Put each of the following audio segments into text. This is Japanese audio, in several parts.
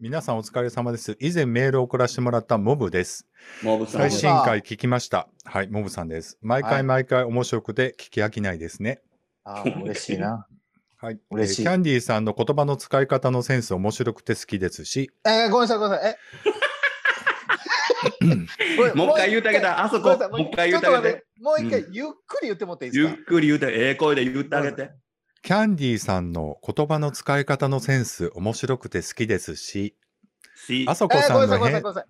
皆さんお疲れ様です。以前メールを送らせてもらったモブです。モブさん最で新す。回聞きました。はい、モブさんです。毎は回い毎回面白くて聞き飽きないですね。ああ、嬉しいな。はい。嬉しいえーキャンディーさんの言葉の使い方のセンス面白くて好きですし、えー、ごめんなさい、ごめんなさい。えごめんもう一回言うてあげた。あそごめこ、んなさいもう一回言うてあげて。もう一回う、ゆっくり言ってもらっていいでゆすっかくり言うて、ええ声で言ってあげて。キャンディーさんの言葉の使い方のセンス面白くて好きですし、しあ、そこえーさごめんんなさ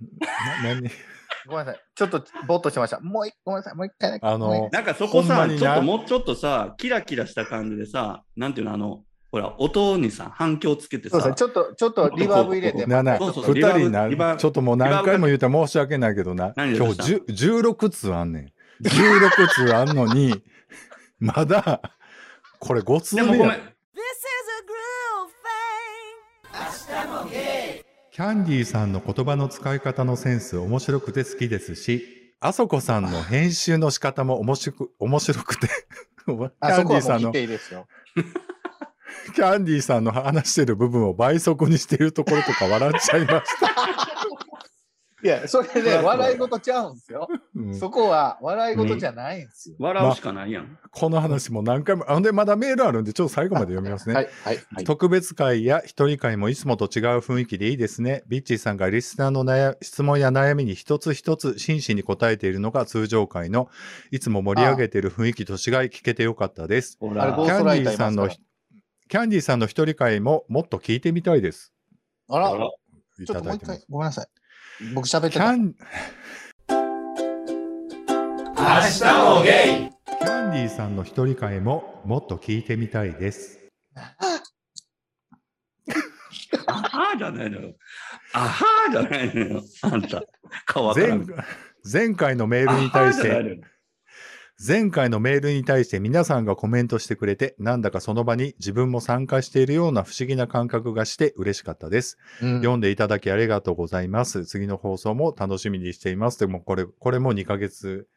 のい、ごめん変なさい、ごめな何んなさい。ごめんなさい。ちょっとぼーっとしてました。もう一ごめんなさい、もう一回だけ。あのごめんなさなんかそこさ、ほんまにちょなっともうちょっとさ、キラキラした感じでさ、なんていうの、あの、ほら、音にさ、反響つけていそうさ、ですね、ちょっと、ちょっとリバーブ入れて。なあなあそうそう二リバーブ人リバな、ーブちょっともう何回も言うたら申し訳ないけどな、今何日でどうした10 16通あんねん。16通あんのに、 まだ、これ5通でも目ごやめでん、 This is a groove thing. キャンディーさんの言葉の使い方のセンス面白くて好きですし、あそこさんの編集の仕方も面白く面白くて、キャあそンデこィはーもさうん切っの、ていいですよ。キャンディーさんの話してる部分を倍速にしてるところとか笑っちゃいました。いや、それね、笑い事ちゃうんですよ。うんそこは笑い事じゃないんですよ。笑うしかないやん。この話も何回も、あほんでまだメールあるんで、ちょっと最後まで読みますね。はい、はい、はい。特別会や一人会もいつもと違う雰囲気でいいですね。ビッチーさんがリスナーの悩質問や悩みに一つ一つ真摯に答えているのが通常会のいつも盛り上げている雰囲気と違い聞けてよかったです。ほあれキら、ゴースャトラインディターーさんいますのからひキャンディーさんの一人会ももっと聞いてみたいです。ああら、らいちょたっともだいう一てま回す。、ごめんなさい。僕喋ってキたャ。ン明日もゲイキャンディーさんの一人会ももっと聞いてみたいです。あはーじゃないのよ。あはーじゃないのよ。あんた、顔わから前 ん。前回のメーあルに対はーしじゃないてのよ前回のメールに対して皆さんがコメントしてくれて、なんだかその場に自分も参加しているような不思議な感覚がして嬉しかったです。うん読んでいただきありがとうございます。次の放送も楽しみにしています。でもこれ、これも2ヶ月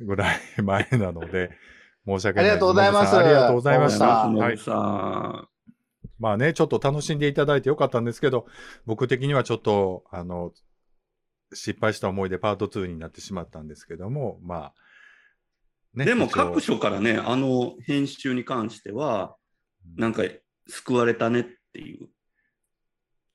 ぐらい前なので、申し訳ないですありがとうございますモブさんありがとうございましモブた。さんはい。さまあね、ちょっと楽しんでいただいてよかったんですけど、僕的にはちょっと、あの、失敗した思いでパート2になってしまったんですけども、まあ、ねでも一応各所からね、あの編集に関しては、なんか救われたねっていう、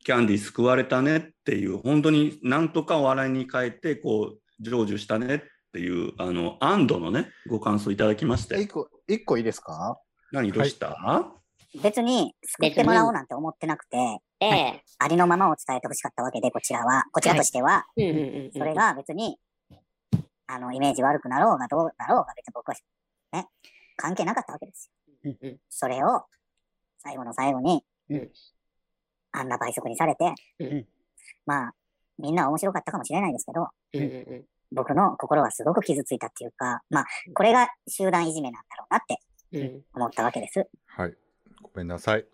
キャンディー救われたねっていう、本当になんとか笑いに変えて、こう、成就したねっていう、あの、安堵のね、ご感想いただきまし一て、個、一個いいですか何どうした、別に救ってもらおうなんて思ってなくて、ええ。ありのままを伝えてほしかったわけで、こちらは、こちらとしては、うんうんうんうん。それが別に、あの、イメージ悪くなろうがどうだろうが、別に僕は、ね、関係なかったわけですよ。うんうん。それを、最後の最後に、うんあんな倍速にされて、うんまあ、みんなは面白かったかもしれないですけど、うんうん僕の心はすごく傷ついたっていうか、まあ、これが集団いじめなんだろうなってうんうん。思ったわけです。はい。ごめんなさい。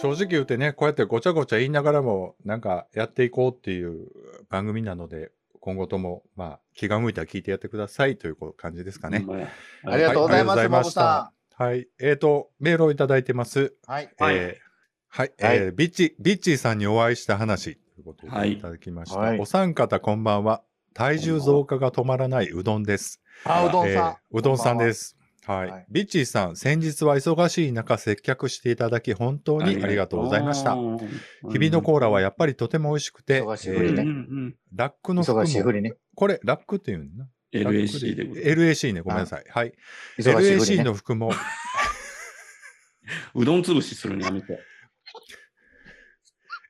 正直言うてね、こうやってごちゃごちゃ言いながらも、なんかやっていこうっていう番組なので、今後とも、まあ、気が向いたら聞いてやってくださいという感じですかね。ほんまやありがとうございますはモブさはい。えっ、と、メールをいただいてます。はい。はいえーはい、えービッチ、ビッチーさんにお会いした話ということはでいいただきました。はいお三方こんばんは。体重増加が止まらないうどんです。あ、うどんえさーん。うどんさんで。す。はい、はいビッチーさん、先日は忙しい中接客していただき本当にありがとうございました。うん日々のコーラはやっぱりとても美味しくて、忙しいえふうんりうんうーねんラックの服も忙しいふりね。これラックっていうんだな。 LAC でございます。 LAC ね、ごめんなさい。はい。忙しいふり LAC ね。の服も、 うどん潰しするのやめて。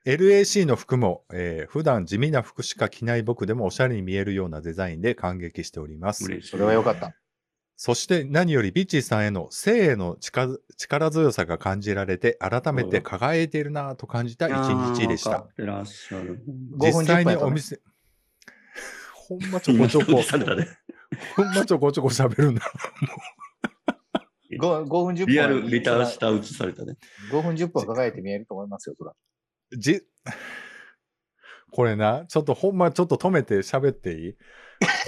LAC の服も、えー普段地味な服しか着ない僕でもおしゃれに見えるようなデザインで感激しております。嬉しいそれはよかった。そして何よりビッチーさんへの性への力力強さが感じられて、改めて輝いているなぁと感じた一日でしあーわたか。ってらっしゃる。 5分実際10分にやとおね店、 ほんまちょ今こちちょょこ、されたで。 ほんまちょこちょこ喋るな。 5分10分。 リアルリター下映されたね。 5分10分輝いて見えると思いますよ、そら。じ、これな、ちょっとほんまちょっと止めて喋っていい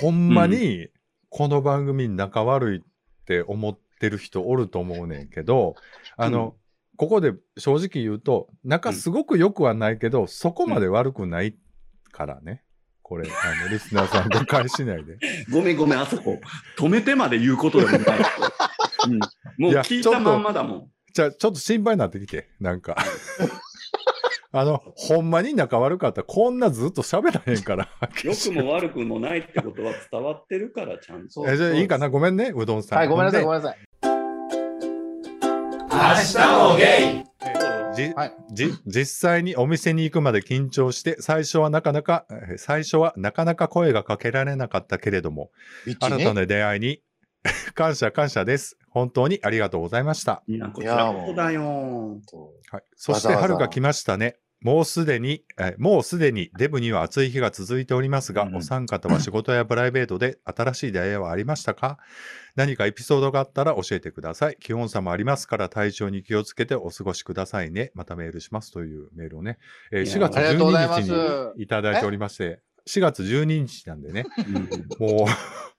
ほんまに、この番組仲悪いって思っってる人おると思うねんけど、あの、ここで正直言うと、仲すごく良くはないけど、そこまで悪くないからね。これ、あの、リスナーさん誤解しないで。ごめんごめん、あそこ。止めてまで言うことでもない。うんもいうや聞いたまんまだもん。じゃあ、ちょっと心配になってきて、なんか。あの、ほんまに仲悪かったら、こんなずっと喋らへんから。良くも悪くもないってことは伝わってるから、ちゃんと。えじゃあいいかなごめんね、うどんさん。はい、ごめんなさい、ほごでめんなさい。じ、はいじ実際にお店に行くまで緊張して最初はなかなかえー最初はなかなか声がかけられなかったけれども、ビッチ新たね。な出会いに 感謝感謝です本当にありがとうございました、いや、こちらこそだよ。はい、そしてわざわざ春が来ましたねもうすでに、えーもうすでにデブには暑い日が続いておりますが、うんお三方は仕事やプライベートで新しい出会いはありましたか何かエピソードがあったら教えてください。気温差もありますから体調に気をつけてお過ごしくださいね。またメールしますというメールをね、えーいや4月ありがとうございま12す日にいただいておりまして、4月12日なんでね、うんもう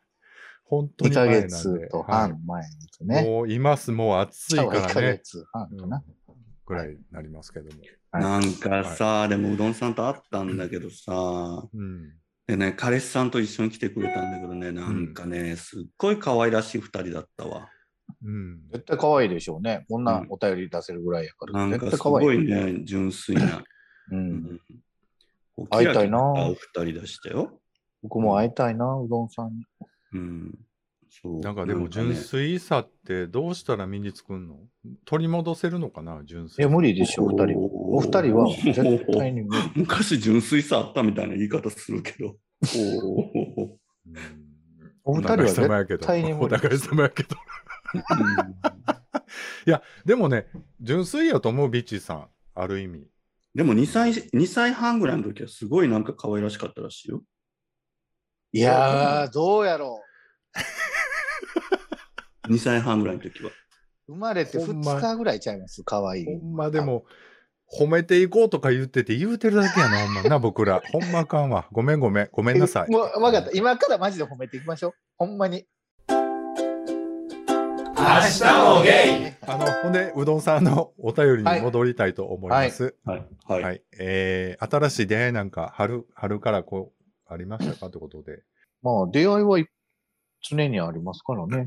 本当2に前ヶなんで。月とはい半前ですね。もういます、もう暑いか一らヶね、月半うかんな。ぐらいになりますけども。はいなんかさ、でもうどんさんと会ったんだけどさ、うん。でね、彼氏さんと一緒に来てくれたんだけどね、なんかね、すっごい可愛らしい二人だったわ。うん。絶対可愛いでしょうね。こんうなんお便り出せるぐらいやから。なんか絶す対可ご愛いい。ね、純粋な。う。うんんこう会いたいなキラキラしたお二人でしたよ。僕も会いたいな、うどんさんに。うん。そう。なんかでもね純粋さってどうしたら身につくんの取り戻せるのかな純粋え、さ。無理でしょ、お二人は。おおー二人は絶対に無理。 昔純粋さあったみたいな言い方するけど。おーうんお二人は互い様やけど絶対に無理お互い様やけど。でもね、純粋やと思う、ビッチーさん。ある意味。でも2歳、2歳半ぐらいの時はすごいなんか可愛らしかったらしいよ。 いやー、どうやろ2歳半ぐらいの時は。う。生まれてほん2ま日ぐらいちゃいます、可愛いほんまでも、褒めていこうとか言ってて言うてるだけやな、ほんまな、僕ら。ほんまあかんわ。ごめんごめん。ごめんなさい。もう分かった。今からマジで褒めていきましょう。ほんまに。あの、ほんで、うどんさんのお便りに戻りたいと思います。はい。はい。はい、えー新しい出会いなんか春、春からこう、ありましたかってことで。まあ、出会いはい常にありますからね。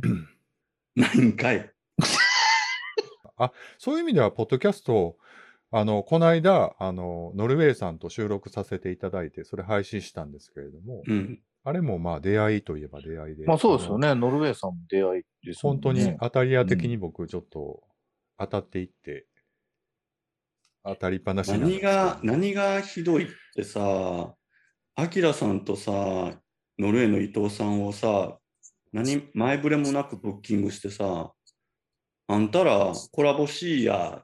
ないんかい。そういう意味では、ポッドキャスト、あの、この間、あの、ノルウェーさんと収録させていただいて、それ配信したんですけれども、うん。あれもまあ、出会いといえば出会いで。まあそうですよね。ノルウェーさんも出会いであの。すもん本ね。当に当たり屋的に僕、ちょっと当たっていって、当たりっぱなしになったんです何けどが、何がひどいってさ、アキラさんとさ、ノルウェーの伊藤さんをさ、何、前触れもなくブッキングしてさ、あんたらコラボしいや、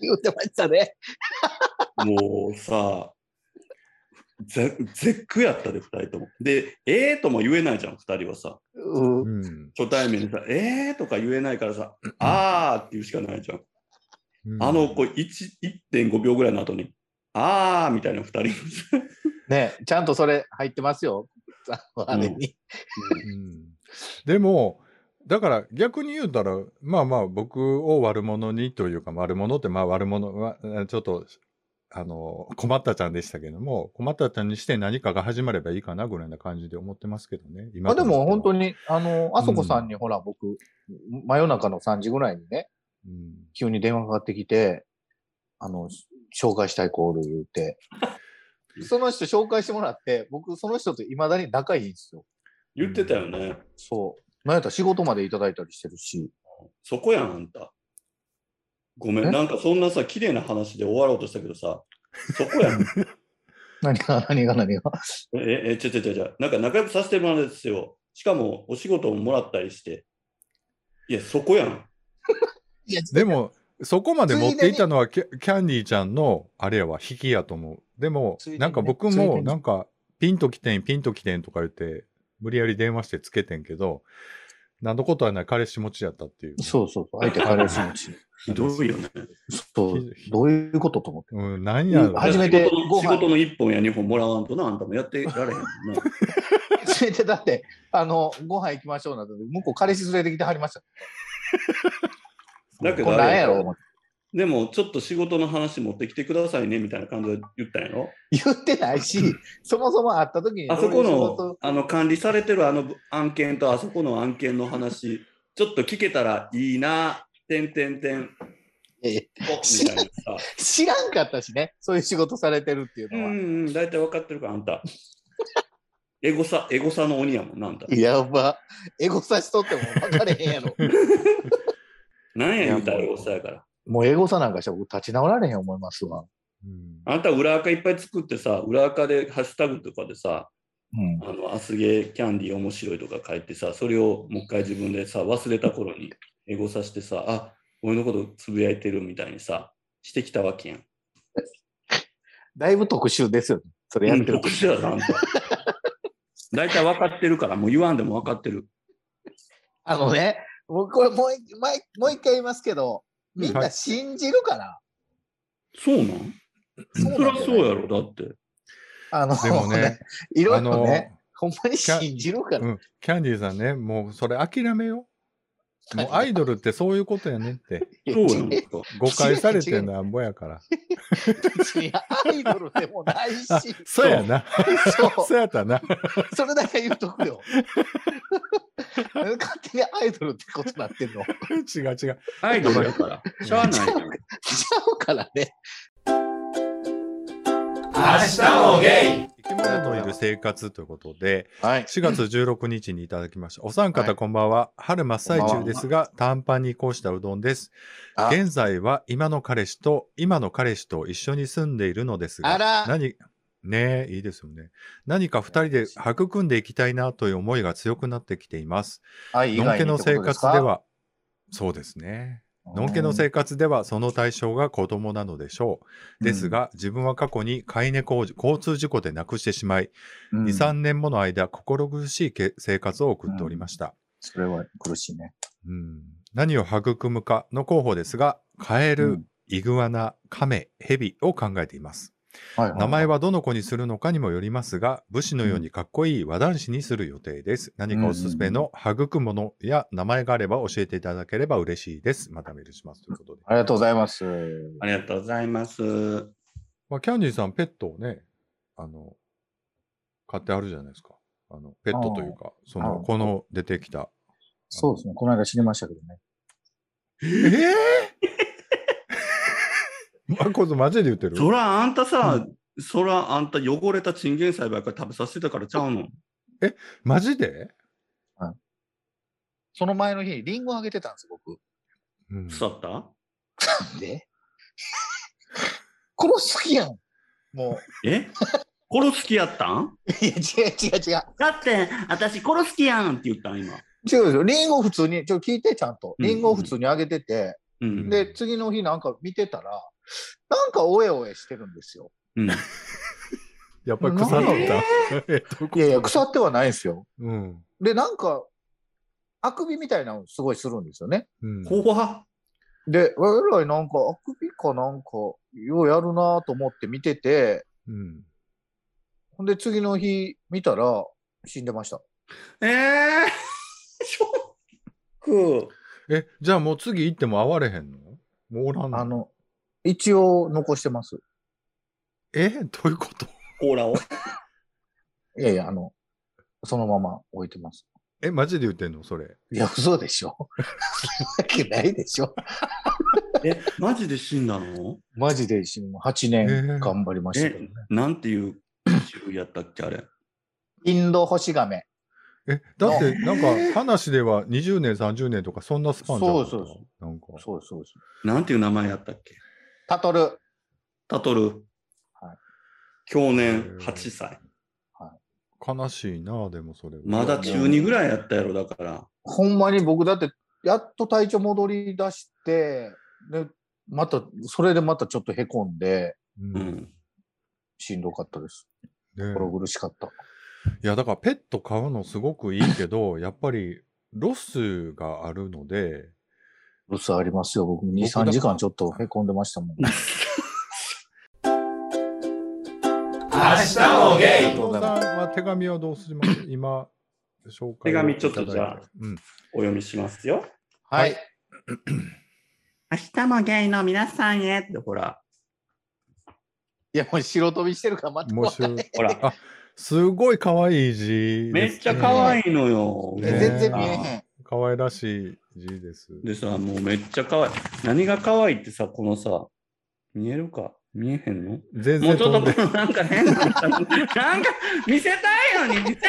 言ってましたね。もうさ、ぜ絶句やったで、2人とも。で、ええとも言えないじゃん、2人はさ。うん。うん。初対面でさ、ええとか言えないからさ、あーって言うしかないじゃん。うんあの、こう、1 1.5秒ぐらいの後に、あーみたいな2人の さ。ねちゃんとそれ入ってますよ。あれに。うんでもだから逆に言うたらまあまあ僕を悪者にというか悪者ってまあ悪者はあちょっとあの困ったちゃんでしたけども困ったちゃんにして何かが始まればいいかなぐらいな感じで思ってますけどね今まあでも本当に、に、あの、あそこさんにほら、僕、真夜中の3時ぐらいにね、うん急に電話かかってきて、あの、し紹介したいコール言う て。その人紹介してもらって、僕、その人といまだに仲いいんですよ。言ってたよね。そう。なんやったら仕事までいただいたりしてるし。そこやん、あんた。ごめん、えなんかそんなさ、綺麗な話で終わろうとしたけどさ、そこやん。何が、 何が、何が。え、え、ちゃちゃちゃちゃ、なんか仲良くさせてもらうんですよ。しかも、お仕事ももらったりして。いや、そこやん。いや、でもそこまで持っていったのはキャキャンディーちゃんのあれやわ引きやと思うでもついでにねなんか僕ついでもになんかピンときてんピンときてんとか言って無理やり電話してつけてんけど何のことはない彼氏持ちやったっていうね、そうそうそう、相手彼氏持ち。ひどいよね。そう、どういうことと思って。うん、何やろ初め仕て事のご飯仕事の1本や2本もらわんとな、あんたもやってられへんもんな。連れてだって、あの、ご飯行きましょうなんて、向こう彼氏連れてきてはりました。だけこどれあ なんれやろや思ってでもちょっと仕事の話持ってきてくださいねみたいな感じで言ったんやろ言ってない し、そもそも会った時に、あそこどういう仕事のあの管理されてるあの案件とあそこの案件の話ちょっと聞けたらいいなてんてんて んえおみたいなさ知らんかったしね、そういう仕事されてるっていううのは。んうん大体分かってるからあんたエゴサエゴサの鬼やもんなあんたやば。エゴさしとっても分かれへんやろ。なんや言うたらいやエもうゴサやから もうエゴさなんかしたら僕立ち直られへん思いますわ。うんあんた裏垢いっぱい作ってさ裏垢でハッシュタグとかでさうん。あのアスゲーキャンディー面白いとか書いてさそれをもう一回自分でさ忘れた頃にエゴさしてさあ俺のことつぶやいてるみたいにさしてきたわけやんだいぶ特殊ですよね。それやってるうとん。特殊だなあんた 大体分かってるからもう言わんでも分かってるあのね、僕これもう一前もう一回言いますけど、みんはない信じるから。そうなんそそりゃそうよ。やろだってあの、でも ね、いろあいろの、ね、ほんまに信じるから。うん、キャンディーさんね、もうそれ諦めよう。もうアイドルってそういうことやねんって、そうやいやろ誤解されてなんぼや から。別にアイドルでもないし、あ、そうやな。そう そうやったな。それだけ言うとくよ。勝手にアイドルってことになってんの。違う違う。アイドルやからしゃあないやんちゃうからね。明日もゲイ生き物のいる生活ということで、はい。 4月16日にいただきました。お三は方いこんばんは。春真っ最中ですが、短パンに移行したうどんです。あ現在は今の彼氏と、今の彼氏と一緒に住んでいるのですが、あら何、ねえ、いいですよね。何か二人で育んでいきたいなという思いが強くなってきています。はい、のんけの生活で、は、そうですね。のんけの活生活ではその対象が子供なのでしょう。です、が、自分は過去に飼い猫を交通事故で亡くしてしまい、うん2、3年もの間、心苦しいけ生活を送っておりました。それは苦しいね。うん何を育むかの候補ですが、カエル、うんイグアナ、カメ、ヘビを考えています。はいはい名前はどの子にするのかにもよりますが、武士のようにかっこいい和男子にする予定です。何かおすすめの育むものや名前があれば教えていただければ嬉しいです。またメールしますということで。ありがとうございます。ありがとうございますまあ、キャンディーさん、ペットをね、あの、買ってあるじゃないですか。あのペットというか、その、あーこの出てきた。そうですね。この間知りましたけどね。えぇ、 まこずマジで言ってるそらあんたさ、そらあんた汚れたチンゲン菜ばっかり食べさせてたからちゃうのマジで、その前の日にリンゴあげてたんです、僕。うん腐ったで 殺す気やん。もえ殺す気やったんう。いや、違う違う違う。だって私殺す気やんって言ったん今違うですよ。リンゴ普通に、ちょ、聞いて、ちゃんと。うんうんリンゴ普通にあげてて、うんで、次の日なんか見てたら、なんかおえおえしてるんですよ。うんやっぱり腐っとった。 えっといやいや、腐ってはないんですよ。うん。で、なんか、あくびみたいなのすごいするんですよね。うん、怖っで、えらいなんか、あくびかなんか、ようやるなと思って見てて、うん。ほんで次の日見たら、死んでました。えー、 ショックえ、じゃあもう次行っても会われへんのもうおらんのあの、一応残してます。えどういうことコーラをいやいや、あの、そのまま置いてます。え、マジで言ってんのそれ。いや、嘘でしょ。 そんなわけないでしょ。えマジで死んだのマジで死ぬ8年頑張りましたけどね。なんていう種類やったっけあれインドホシガメ。え、だってなんか話では20年、30年とかそんなスパンじゃなかったそうそうう。なんか。そうそうそう。なんていう名前やったっけタトル。タトル、はい去年8歳悲しいな、でもそれは。まだ中2ぐらいやったやろだからほんまに僕だって、やっと体調戻り出して、で、また、それでまたちょっとへこんで、う。うんんしんどかったです。ね心苦しかった。いや、だからペット飼うのすごくいいけど、 やっぱりロスがあるので、ロスありますよ。僕2、僕だから 3時間ちょっとへこんでましたもん。明日もゲイありがとうございま伊す藤さんは手紙はどうします 今、紹介を手紙ちょっとじゃいあただいてうん、お読みしますよ。はい。明日もゲイの皆さんへって、ほら、いや、もう白飛びしてるから、全くもうわしかんない。ほら、あすごい可愛い字です、ね。めっちゃ可愛いのよ。ね全然見えへん。可愛らしい字です。でさ、もうめっちゃ可愛い。何が可愛いってさ、このさ、見えるか見えへんの全もう然ちょ飛っんでとこのなんか変な、なんか見せたいのに見せ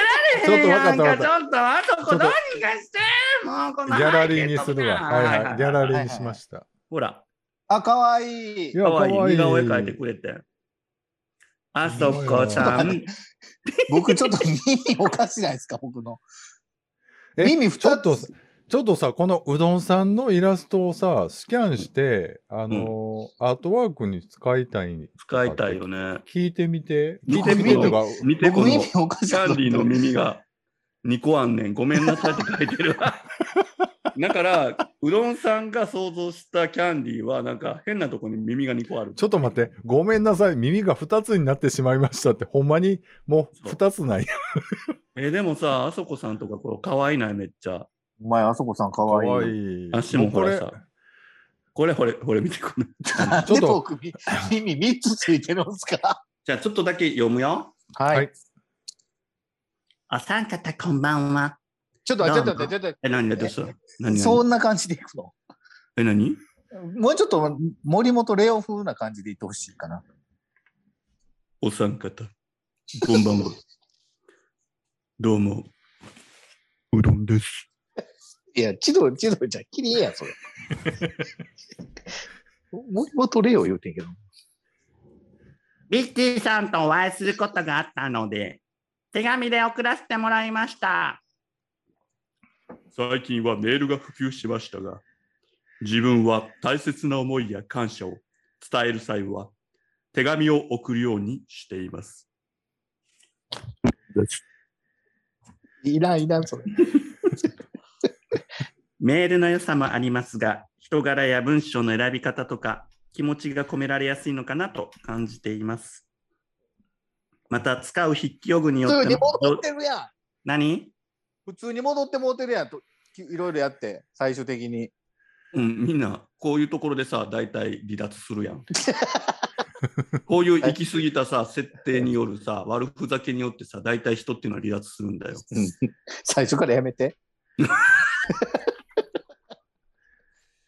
られへんちょやんっとわかっか、ちたょっとあそこちょどっうとにかして、もうこのギャラリーにするわ。背景とかはいはい。ギャラリーにしました。ほら、あ、かわいいい。や、可可愛愛いい似顔絵描いてくれて。あそこちゃいやん。僕、ちょっと耳おかしないですか、僕の。え耳ちょ二っとつ。、ちょっとさ、このうどんさんのイラストをさ、スキャンして、あのー、アートワークに使いたい。使いたいよね。聞いてみて。聞見いててみてみとてか、見て僕、この耳キおかしい。ャンディーの耳が2個あんねん。ごめんなさいって書いてる わ。だから、うどんさんが想像したキャンディーは、なんか変なとこに耳が2個ある。ちょっと待って、ごめんなさい、耳が2つになってしまいましたって、ほんまにもう2つない。えーでもさ、あそこさんとかこれ可愛いな、めっちゃ。お前、あそこさんかわいい。い足もほらこさ。これ、これ、これ見てこ れ。なんちょっでと僕、み 耳三つついてるんですかじゃあ、ちょっとだけ読むよ。はいはいお三方、こんばんは。ちょっと、ちょっと待って、ちょっと待え、何だどうしたって、何そ何んな感じでいくのえ、何もうちょっと森本レオ風な感じでいってほしいかな。お三方、こんばんは。どうも、うどんです。いや、千鳥、千鳥じゃん、きりええやん、 それ。森本レオ言うてんけど。ビッチーさんとお会いすることがあったので、手紙で送らせてもらいました。最近はメールが普及しましたが、自分は大切な思いや感謝を伝える際は、手紙を送るようにしています。いらん、いらん、それ。メールの良さもありますが、人柄や文章の選び方とか、気持ちが込められやすいのかなと感じています。また、使う筆記用具によ普っ通てにも、戻ってるやん。何、普通に戻ってもうてるやんと。きいろいろやって、最終的に。うん、みんな、こういうところでさ、大体離脱するやん。こういう行き過ぎたさ、設定によるさ、悪ふざけによってさ、大体人っていうのは離脱するんだよ。最初からやめ て。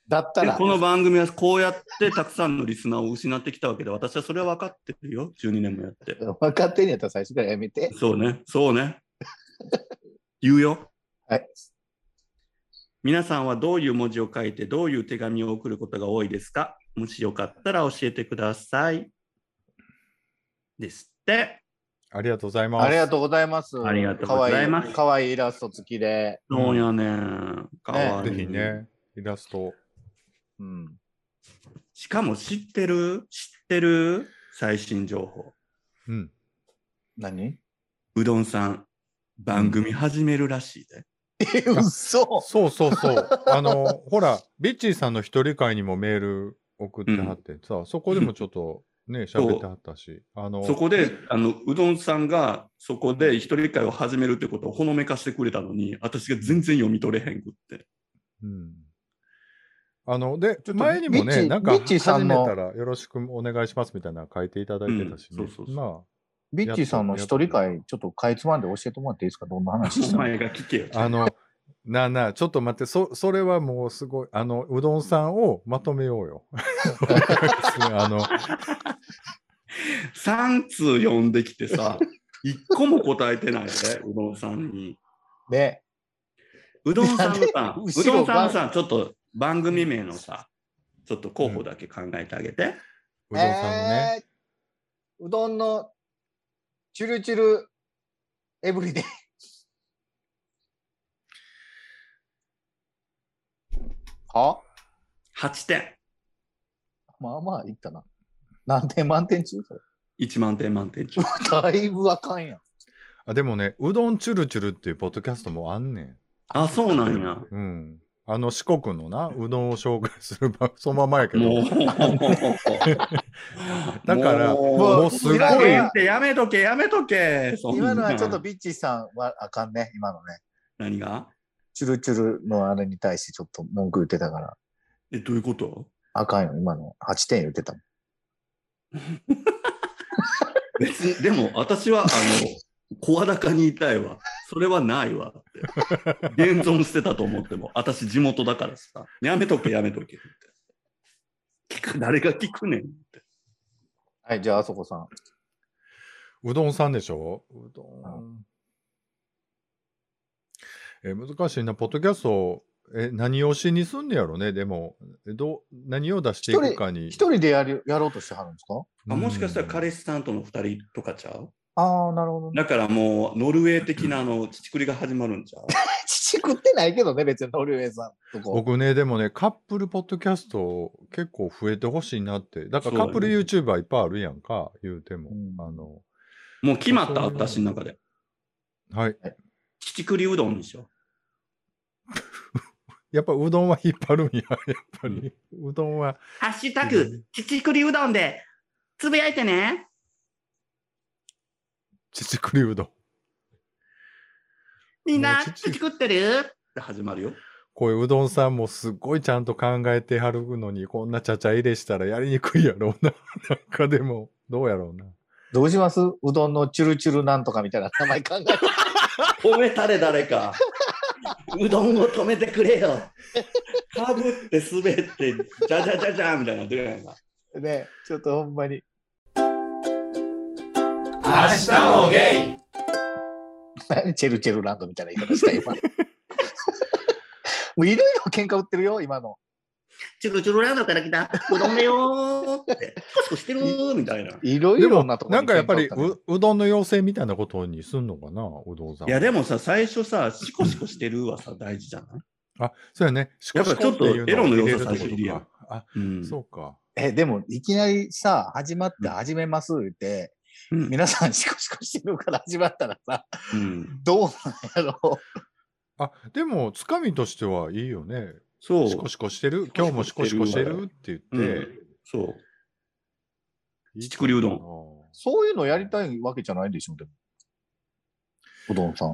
だったでら、この番組はこうやってたくさんのリスナーを失ってきたわけで、私はそれは分かってるよ、12年もやって。分かってんやったら最初からやめて。そうね、そうね。言うよ。はい。皆さんはどういう文字を書いて、どういう手紙を送ることが多いですかもしよかったら教えてください。ですって。ありがとうございます。ありがとうございます。ありがとうございますかわいいかわいいイラスト付きで。そうやねん。かわいぜい。ひね、イラスト。うん。しかも知ってる知ってる最新情報。うん。何うどんさん、番組始めるらしいで。え、嘘そうそうそう。あの、ほら、ビッチーさんの一人会にもメール送ってはってさ、そこでもちょっとね、喋ってはったし。あの、そこであのうどんさんがそこで一人会を始めるってことをほのめかしてくれたのに私が全然読み取れへんくってうん。あの、で、と前にもビッね、チなんかビッチーさ始んめのたらよろしくお願いしますみたいなの書いていただいてたしね。うんそうそうそうまビッチーさんの一人会、ちょっとかいつまんで教えてもらっていいですかどんな話しおたの前が聞けよあ、あの、なあなあ、ちょっと待って、そ、それはもうすごい、あの、うどんさんをまとめようよ。 あの、 3通読んできてさ1個も答えてないでうどんさんにね。うどんさんのさなんでうどんさんのさちょっと番組名のさちょっと候補だけ考えてあげて、うどんさんね。えーうどんのチュルチュルエブリデイ。は8点まあまあいったな。何点満点中それ1万点満点中だいぶあかんやん。あでもね、うどんチュルチュルっていうポッドキャストもあんねん。あそうなんやうん。あの四国のな、うどんを紹介する番、 そのままやけもどう。だからもうもうすごい今の言ってやめとけ、やめとけ。そんな今のはちょっとビッチーさんはあかんね、今のね。何がチュルチュルのあれに対してちょっと文句言ってたから。え、どういうこと あかんよ、今の。8点言ってたもん。別に、でも私は、あの、声高にいたいわ。それはないわって。現存してたと思っても、私地元だからさ。やめとけ、やめとけって。聞く、誰が聞くねんって。はい、じゃあ、あそこさん。うどんさんでしょうどん。え、難しいな。ポッドキャスト、え、何をしにすんねやろね。でも、えどう、何を出していくかに。一人でやるやろうとしてはるんですかあもしかしたら彼彼氏さんとの二人とかちゃうああ、なるほどね。だからもう、ノルウェー的なあの、乳繰りが始まるんちゃう父食ってないけどね、別にノルウェーさんとこ。僕ね、でもね、カップルポッドキャスト結構増えてほしいなって。だからそうだカねップル YouTuber いっぱいあるやんか、言うても。うんあの、もう決まった、そういう私の中で。はい。乳繰りうどんにしよやっぱうどんは引っ張るんや、やっぱり。うどんは。う。ハッシュタグ、乳繰りうどんで、つぶやいてね。乳栗うどん。みんなもう乳乳食ってるって始まるよ。こういううどんさんもすっごいちゃんと考えてはるのに、こんなちゃちゃ入れしたらやりにくいやろうな。 なんかでも、どうやろうな。どうしますうどんのチュルチュルなんとかみたいな名前考えて。止めたれ、誰か。うどんを止めてくれよ。かぶって滑って、じゃじゃじゃじゃみたいなの出るやんか。ね、ちょっとほんまに。明日もゲイ何チェルチェルランドみたいな言い方した今。 もういろいろ喧嘩売ってるよ、今の。チュルチュルランドから来た、うどんめよーって、コシコシしてるーみたいな。いいろいでろも、ななところんかやっぱり喧嘩売う、うどんの妖精みたいなことにすんのかな、うどんさんは。や、でもさ、最初さ、シコシコしてるはさ、大事じゃないあ、そうやね。しやっぱちょっとエロの要素最初にいるやんあ、うんそうか。え、でも、いきなりさ、始まって始めますって、うん皆さんシコシコしてるから始まったらさ、うんどうなんやろあ、でも、つかみとしてはいいよね。そう。シコシコしてる今日もシコシコしてるってう言って。ん、そう。いい乳栗うどんかな。そういうのやりたいわけじゃないでしょ、でも。うどんさん。い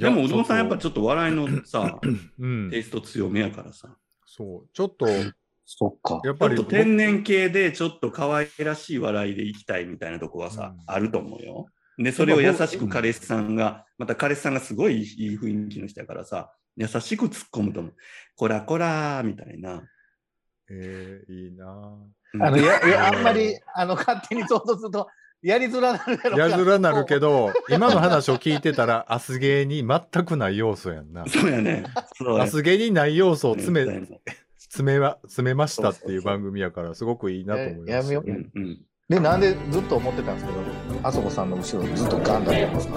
でやも、うどんさんやっぱょちょっと笑いの さ、っと、うんテ。イスト強めやからさ。そう。ちょ っと、やそっか。っちょぱっりと、天然系でちょっと可愛らしい笑いでいきたいみたいなとこはさ、うんあると思うよ。で、それを優しく彼氏さんが、また彼氏さんがすごいいい雰囲気の人やからさ、優しく突っ込むと思う。こらこらーみたいな。えー、いいなうんあの、や、いや、あんまり、あの、勝手に想像すると、やりづらなるやろやずらなるけど、ど。今の話を聞いてたら、アスゲーに全くない要素やんな。 そうやね。そうやアね。スゲーにない要素を詰うめ、ん詰めは、詰めましたっそてうそういそうう番組やから、すごくいいなと思います。えやめよううんうん。で、なんでずっと思ってたんですけど、あそこさんの後ろにずっとガンダムやます